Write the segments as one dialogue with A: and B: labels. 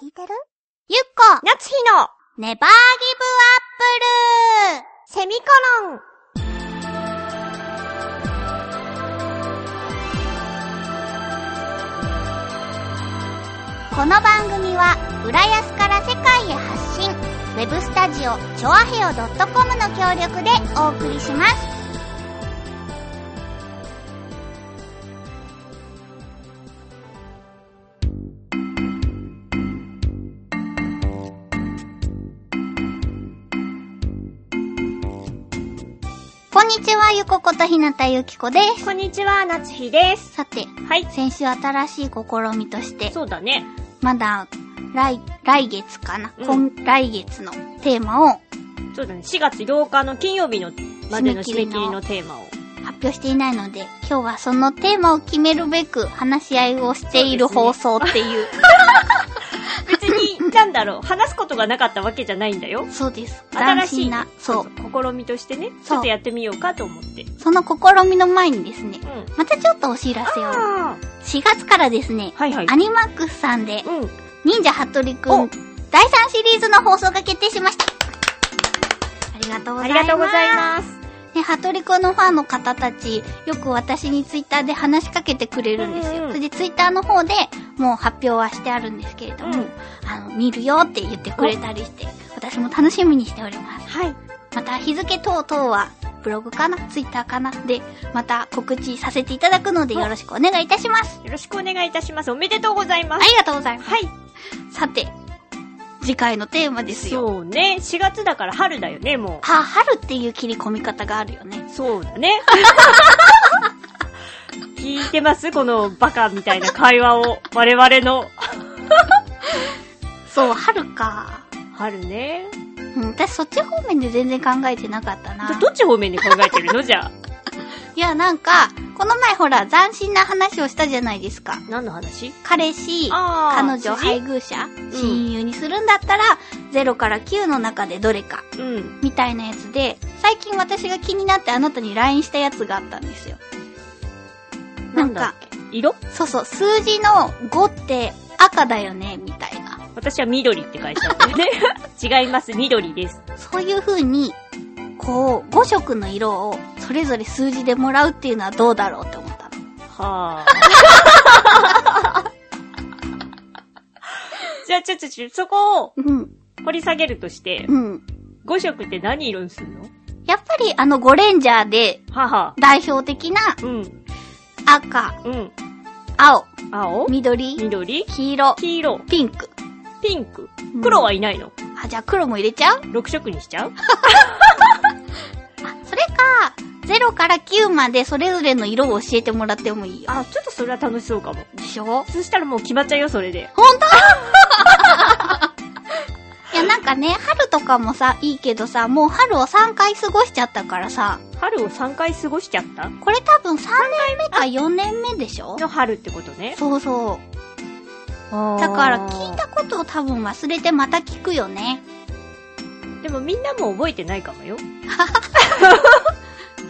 A: 聞いてるゆっこ
B: 夏日の
A: ネバーギブアップル
B: セミコロン
A: この番組は浦安から世界へ発信ウェブスタジオチョアヘオ .com の協力でお送りしますこんにちは、ゆこことひなたゆきこです。
B: こんにちは、夏日です。
A: さて、
B: はい。
A: 先週新しい試みとして、
B: そうだね。
A: まだ来、来月かな、
B: うん
A: 今来月のテーマを
B: そうだね。4月8日の金曜日のまでの締め切りのテーマを。
A: 発表していないので、今日はそのテーマを決めるべく話し合いをしている放送っていう。
B: 別に、なんだろう、話すことがなかったわけじゃないんだよ。
A: そうです。
B: 新しい
A: 斬新な。そう。
B: 試みとしてね、ち
A: そう
B: ょっとやってみようかと思って。
A: その試みの前にですね
B: う、ん。
A: またちょっとお知らせを。
B: あ
A: 4月からですね
B: ー、はいはい
A: ア。ニマックスさんで、
B: うん。
A: 忍者ハットリく
B: お
A: ん、第3シリーズの放送が決定しました。ありがとうご
B: あ
A: ざい
B: り
A: ます。
B: がとうございます。
A: ね、ハトリくんのファンの方たち、よく私にツイッターで話しかけてくれるんです
B: うんう
A: よ。
B: ん
A: それでツイッターの方でもう発表はしてあるんですけれども、
B: うん
A: あの、見るよって言ってくれたりして、私も楽しみにしております。
B: はい。
A: また日付等々は、ブログかなツイッターかなで、また告知させていただくので
B: お
A: よろしくお願いいたします。
B: よろしくお願いいたします。おめでとうござい
A: あ
B: ま
A: り
B: す。
A: がとうございます。
B: はい。
A: さて、次回のテーマですよ。
B: そうね。4月だから春だよね、も
A: は、春っていう切り込み方があるよね
B: う。。そうだ ね。聞いてますこのバカみたいな会話を。我々の。
A: そう、春か。
B: 春ね。
A: うん、私そっち方面で全然考えてなかったな
B: ど。どっち方面に考えてるのじゃあ。
A: いや、なんか、この前ほら、斬新な話をしたじゃないですか。
B: 何の話
A: 彼氏、
B: あ
A: 彼女、
B: はい
A: 配偶者、親友にするんだったら、0から9の中でどれか、
B: うん。
A: みたいなやつで、最近私が気になってあなたに LINE したやつがあったんですよ。
B: な
A: なんん
B: だ
A: か
B: 色
A: そうそう、数字の5って赤だよね、みたいな。
B: 私は緑って書いてあったよ ね。違います、緑です。
A: そういう風に、こう、5色の色をそれぞれ数字でもらうっていうのはどうだろうって思ったの。
B: はあ。じゃあ、ちょ、ちょ、ちょ、そこを
A: うん、
B: 掘り下げるとして、
A: うん。
B: 5色って何色にするの
A: やっぱりあのゴレンジャーで
B: はは。
A: 代表的な
B: うん、
A: 赤、
B: うん。
A: 青、
B: 青
A: 緑、
B: 緑
A: 黄色、
B: 黄色
A: ピンク。
B: ピンク
A: うん
B: 黒はいないの
A: あ、じゃあ黒も入れちゃう
B: ?6 色にしちゃう
A: あ、それか、0から9までそれぞれの色を教えてもらってもいいよ。
B: あ、ちょっとそれは楽しそうかも。
A: でしょ
B: そしたらもう決まっちゃうよ、それで。
A: いやなんかね、春とかもさ、いいけどさ、もう春を3回過ごしちゃったからさ、
B: 春を3回過ごしちゃった
A: これ多分3年目か4年目でしょ
B: の春ってことね。
A: そうそう。だ
B: だ
A: から聞いたことを多分忘れてまた聞くよね。
B: でもみんなも覚えてないかもよ。
A: ち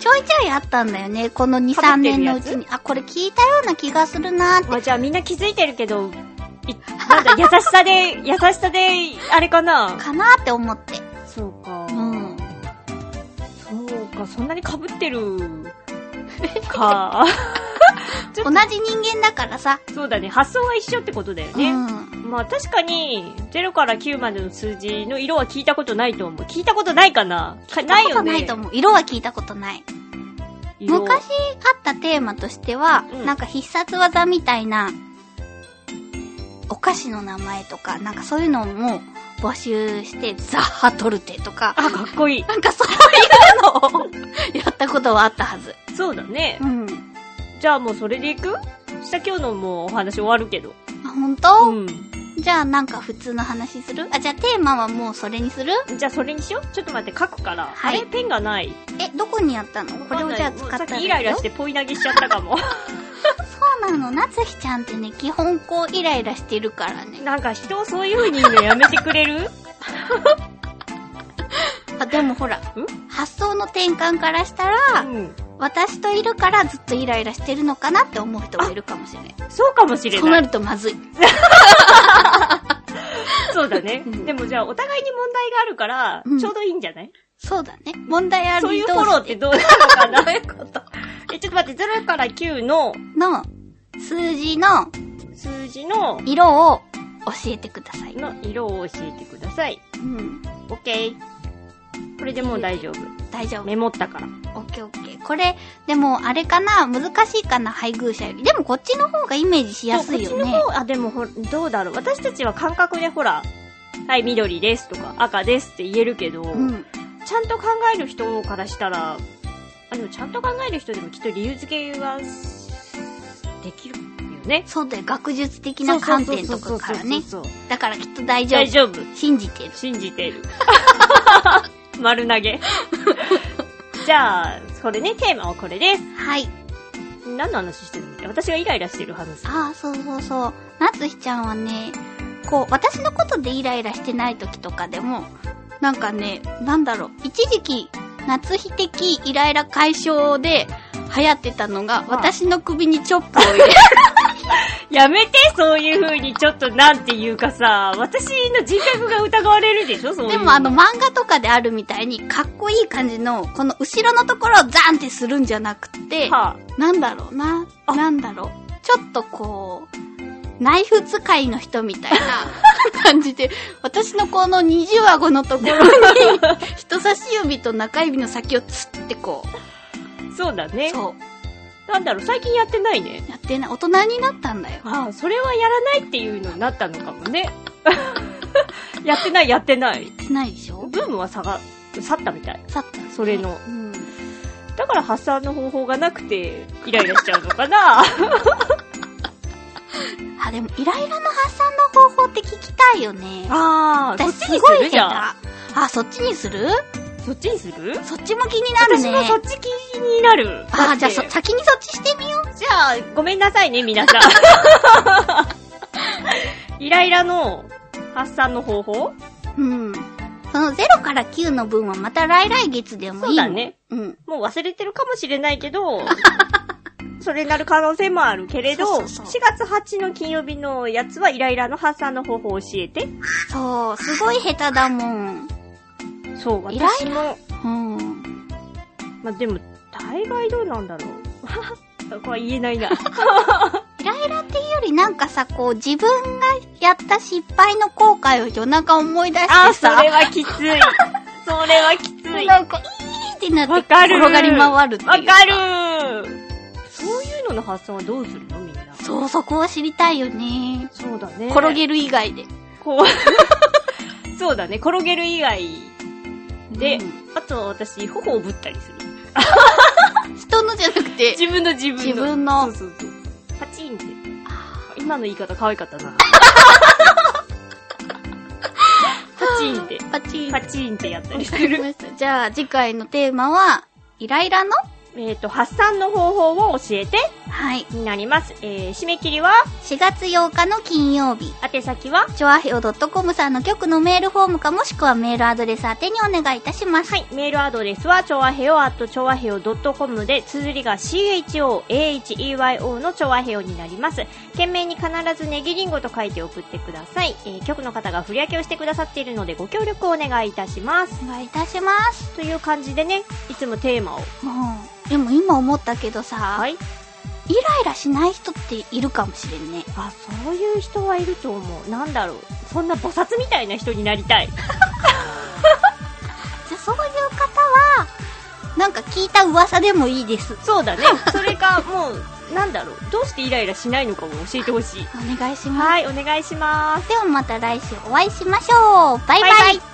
A: ょいちょいあったんだよね、この2、
B: か
A: 3
B: ぶってる
A: 年の
B: や
A: う
B: つ
A: ちに。あ、これ聞いたような気がするなーって。
B: まあじゃあみんな気づいてるけど、いなんだ、優しさで、 優しさで、あれかな
A: かなーって思って。
B: そうか。
A: うん。
B: そうか、そんなに被ってる。 か。ちょ
A: 同
B: っ
A: じ人間だからさ。
B: とそうだね、発想は一緒ってことだよね。
A: うん。
B: まあ確かに、0から9までの数字の色は聞いたことないと思う。聞いたことないかなかないよね。
A: 聞いたことないと思う。色は聞いたことない。
B: 色
A: 昔あったテーマとしては、
B: うん
A: なんか必殺技みたいな、お菓子の名前とか、なんかそういうのも募集して、ザッハトルテと か、
B: あ、かっこいい。
A: なんかそういうのを やったことはあったはず。
B: そうだね
A: う。ん。
B: じゃあもうそれでいくした今日のもうお話終わるけど。
A: あ、ほんと、
B: うん。
A: じゃあなんか普通の話するあ、じゃあテーマはもうそれにする
B: じゃあそれにしよう。ちょっと待って、書くから。
A: はい
B: あれペンがない。
A: え、どこにあったのこれをじゃあ使った
B: さっ
A: らい
B: き
A: い
B: イ
A: よ
B: ライラしてポイ投げしちゃったかも。
A: そうなの、なつひちゃんってね、基本こうイライラしてるからね。
B: なんか人をそういう風に言うのやめてくれる
A: あ、でもほら、発想の転換からしたら、
B: うん。
A: 私といるからずっとイライラしてるのかなって思う人もいるかもしれない。
B: そうかもしれ
A: そうな
B: ない。
A: るとまずい。
B: そうだね
A: うん。
B: でもじゃあ、お互いに問題があるから
A: うん、
B: ちょうどいいんじゃない
A: そうだね。問題ある
B: そういうフ
A: 同
B: ォ
A: 士
B: ローってどうなのかな
A: どういうこと
B: え、ちょっと待って、0から9の
A: の数字の
B: 数字の、
A: 色を教えてください。
B: の色を教えてください。
A: うん。
B: オッケー。これでもう大丈夫。
A: 大丈夫。
B: メモったから。
A: オッケーオッケー。これ、でもあれかな難しいかな配偶者より。でもこっちの方がイメージしやすいよ
B: そうこっち
A: ね
B: の。方、あ、でもほ、どうだろう。私たちは感覚でほら、はい、緑ですとか、赤ですって言えるけど、
A: うん。
B: ちゃんと考える人からしたら、あ、でもちゃんと考える人でもきっと理由付けは、できるよね。
A: そうだよ。学術的な観点とかからね。
B: そうそうそうそうそう
A: だからきっと大丈
B: 大
A: 夫。
B: 丈夫。
A: 信じてる。
B: 信じてる。 丸投 げ。じゃあ、これね、テーマはこれです。
A: はい。
B: 何の話してるの私がイライラしてる話。
A: ああ、そうそうそう。なつひちゃんはね、こう、私のことでイライラしてない時とかでも、なんかね、なんだろう、一時期、夏日的イライラ解消で流行ってたのが、私の首にチョップを入れる。
B: やめて、そういう風にちょっとなんていうかさ、私の人格が疑われるでしょ、そういう
A: でもあの、漫画とかであるみたいに、かっこいい感じの、この後ろのところをザンってするんじゃなくて、
B: は
A: なんだろうな、
B: あ
A: なんだろう。ちょっとこう、ナイフ使いの人みたい な感じで、私のこの二重顎のところに、人差し指と中指の先をつってこう、
B: あ、そうだね。
A: そ
B: なんだろう、最近やってないね。
A: う、やってない。大人になったんだよ。
B: ああ、それはやらないっていうのになったのかも ね。やってない、やってない。
A: やってないでしょ
B: ブームは下が、去ったみたい。
A: さった、
B: それの。
A: うん。
B: だから発散の方法がなくて、イライラしちゃうの かな
A: あ、でも、イライラの発散の方法って聞きたいよね。
B: あそっ
A: 私
B: ち
A: す
B: に
A: ご
B: す
A: い
B: るじゃん。
A: 下手。あ、そっちにする
B: そっちにする
A: そっちも気になる
B: 私
A: ね。
B: もそっち気になる。
A: あー、じ
B: だ
A: ゃあ
B: って
A: そ、先にそっちしてみよ
B: じゃあ、ごめんなさいね、皆さん。イライラの発散の方法
A: う。うん。その0から9の分はまた来々月でもいい
B: そうだね。
A: うん。
B: もう忘れてるかもしれない けど、それなる可能性もあるけれど、
A: そうそうそ
B: 4月8の金曜日のやつはイライラの発散の方法を教えて。
A: そう、すごい下手だもん。
B: そう、
A: イラ
B: 私も。
A: うん。
B: まあ、でも、大概どうなんだろ う。これは言えないな。
A: それよりなんかさ、こう、自分がやった失敗の後悔を夜中思い出して
B: あー、 そ
A: さ、
B: れはきつい。それはきつい。
A: なんか、いーってなって
B: わかる
A: 転がり回るっていう。
B: わかるそういうのの発想はどうするのみんな。
A: そう、そこを知りたいよね。
B: そうだね。
A: 転げる以外で。
B: こ う。そうだね。転げる以外で、
A: うん
B: あと私、頬をぶったりする。
A: 人のじゃなくて、
B: 自分の自分の。
A: 自分の
B: そうそうそう。パチンって。今の言い方可愛かった な。パチンって。
A: パチン。
B: パチンってやったりす
A: わかり
B: る。
A: ましたじゃあ、次回のテーマは、イライラの
B: えっと、発散の方法を教えて
A: はい。
B: になります。えー、締め切りは、
A: 4月8日の金曜日。
B: 宛先は、
A: チョアヘオ .com さんの局のメールフォームかもしくはメールアドレス宛てにお願いいたします。
B: はい、メールアドレスは、ちょわへよ at ちょわへよ .com で、綴りが CHOAHEYO のちょわへよになります。件名に必ずネギリンゴと書いて送ってください。えー、局の方が振り分けをしてくださっているので、ご協力をお願いいたします。
A: お願いいたします。
B: という感じでね、いつもテーマを。
A: もう、でも今思ったけどさ、
B: はい。
A: イライラしない人っているかもしれんね。
B: あ、そういう人はいると思う。なんだろう。そんな菩薩みたいな人になりたい。
A: じゃあそういう方は、なんか聞いた噂でもいいです。
B: そうだね。 それか、もう、なんだろう。どうしてイライラしないのかも教えてほしい。
A: お願いします。
B: はい、お願いします。
A: ではまた来週お会いしましょう。バイバイ。
B: バイバイ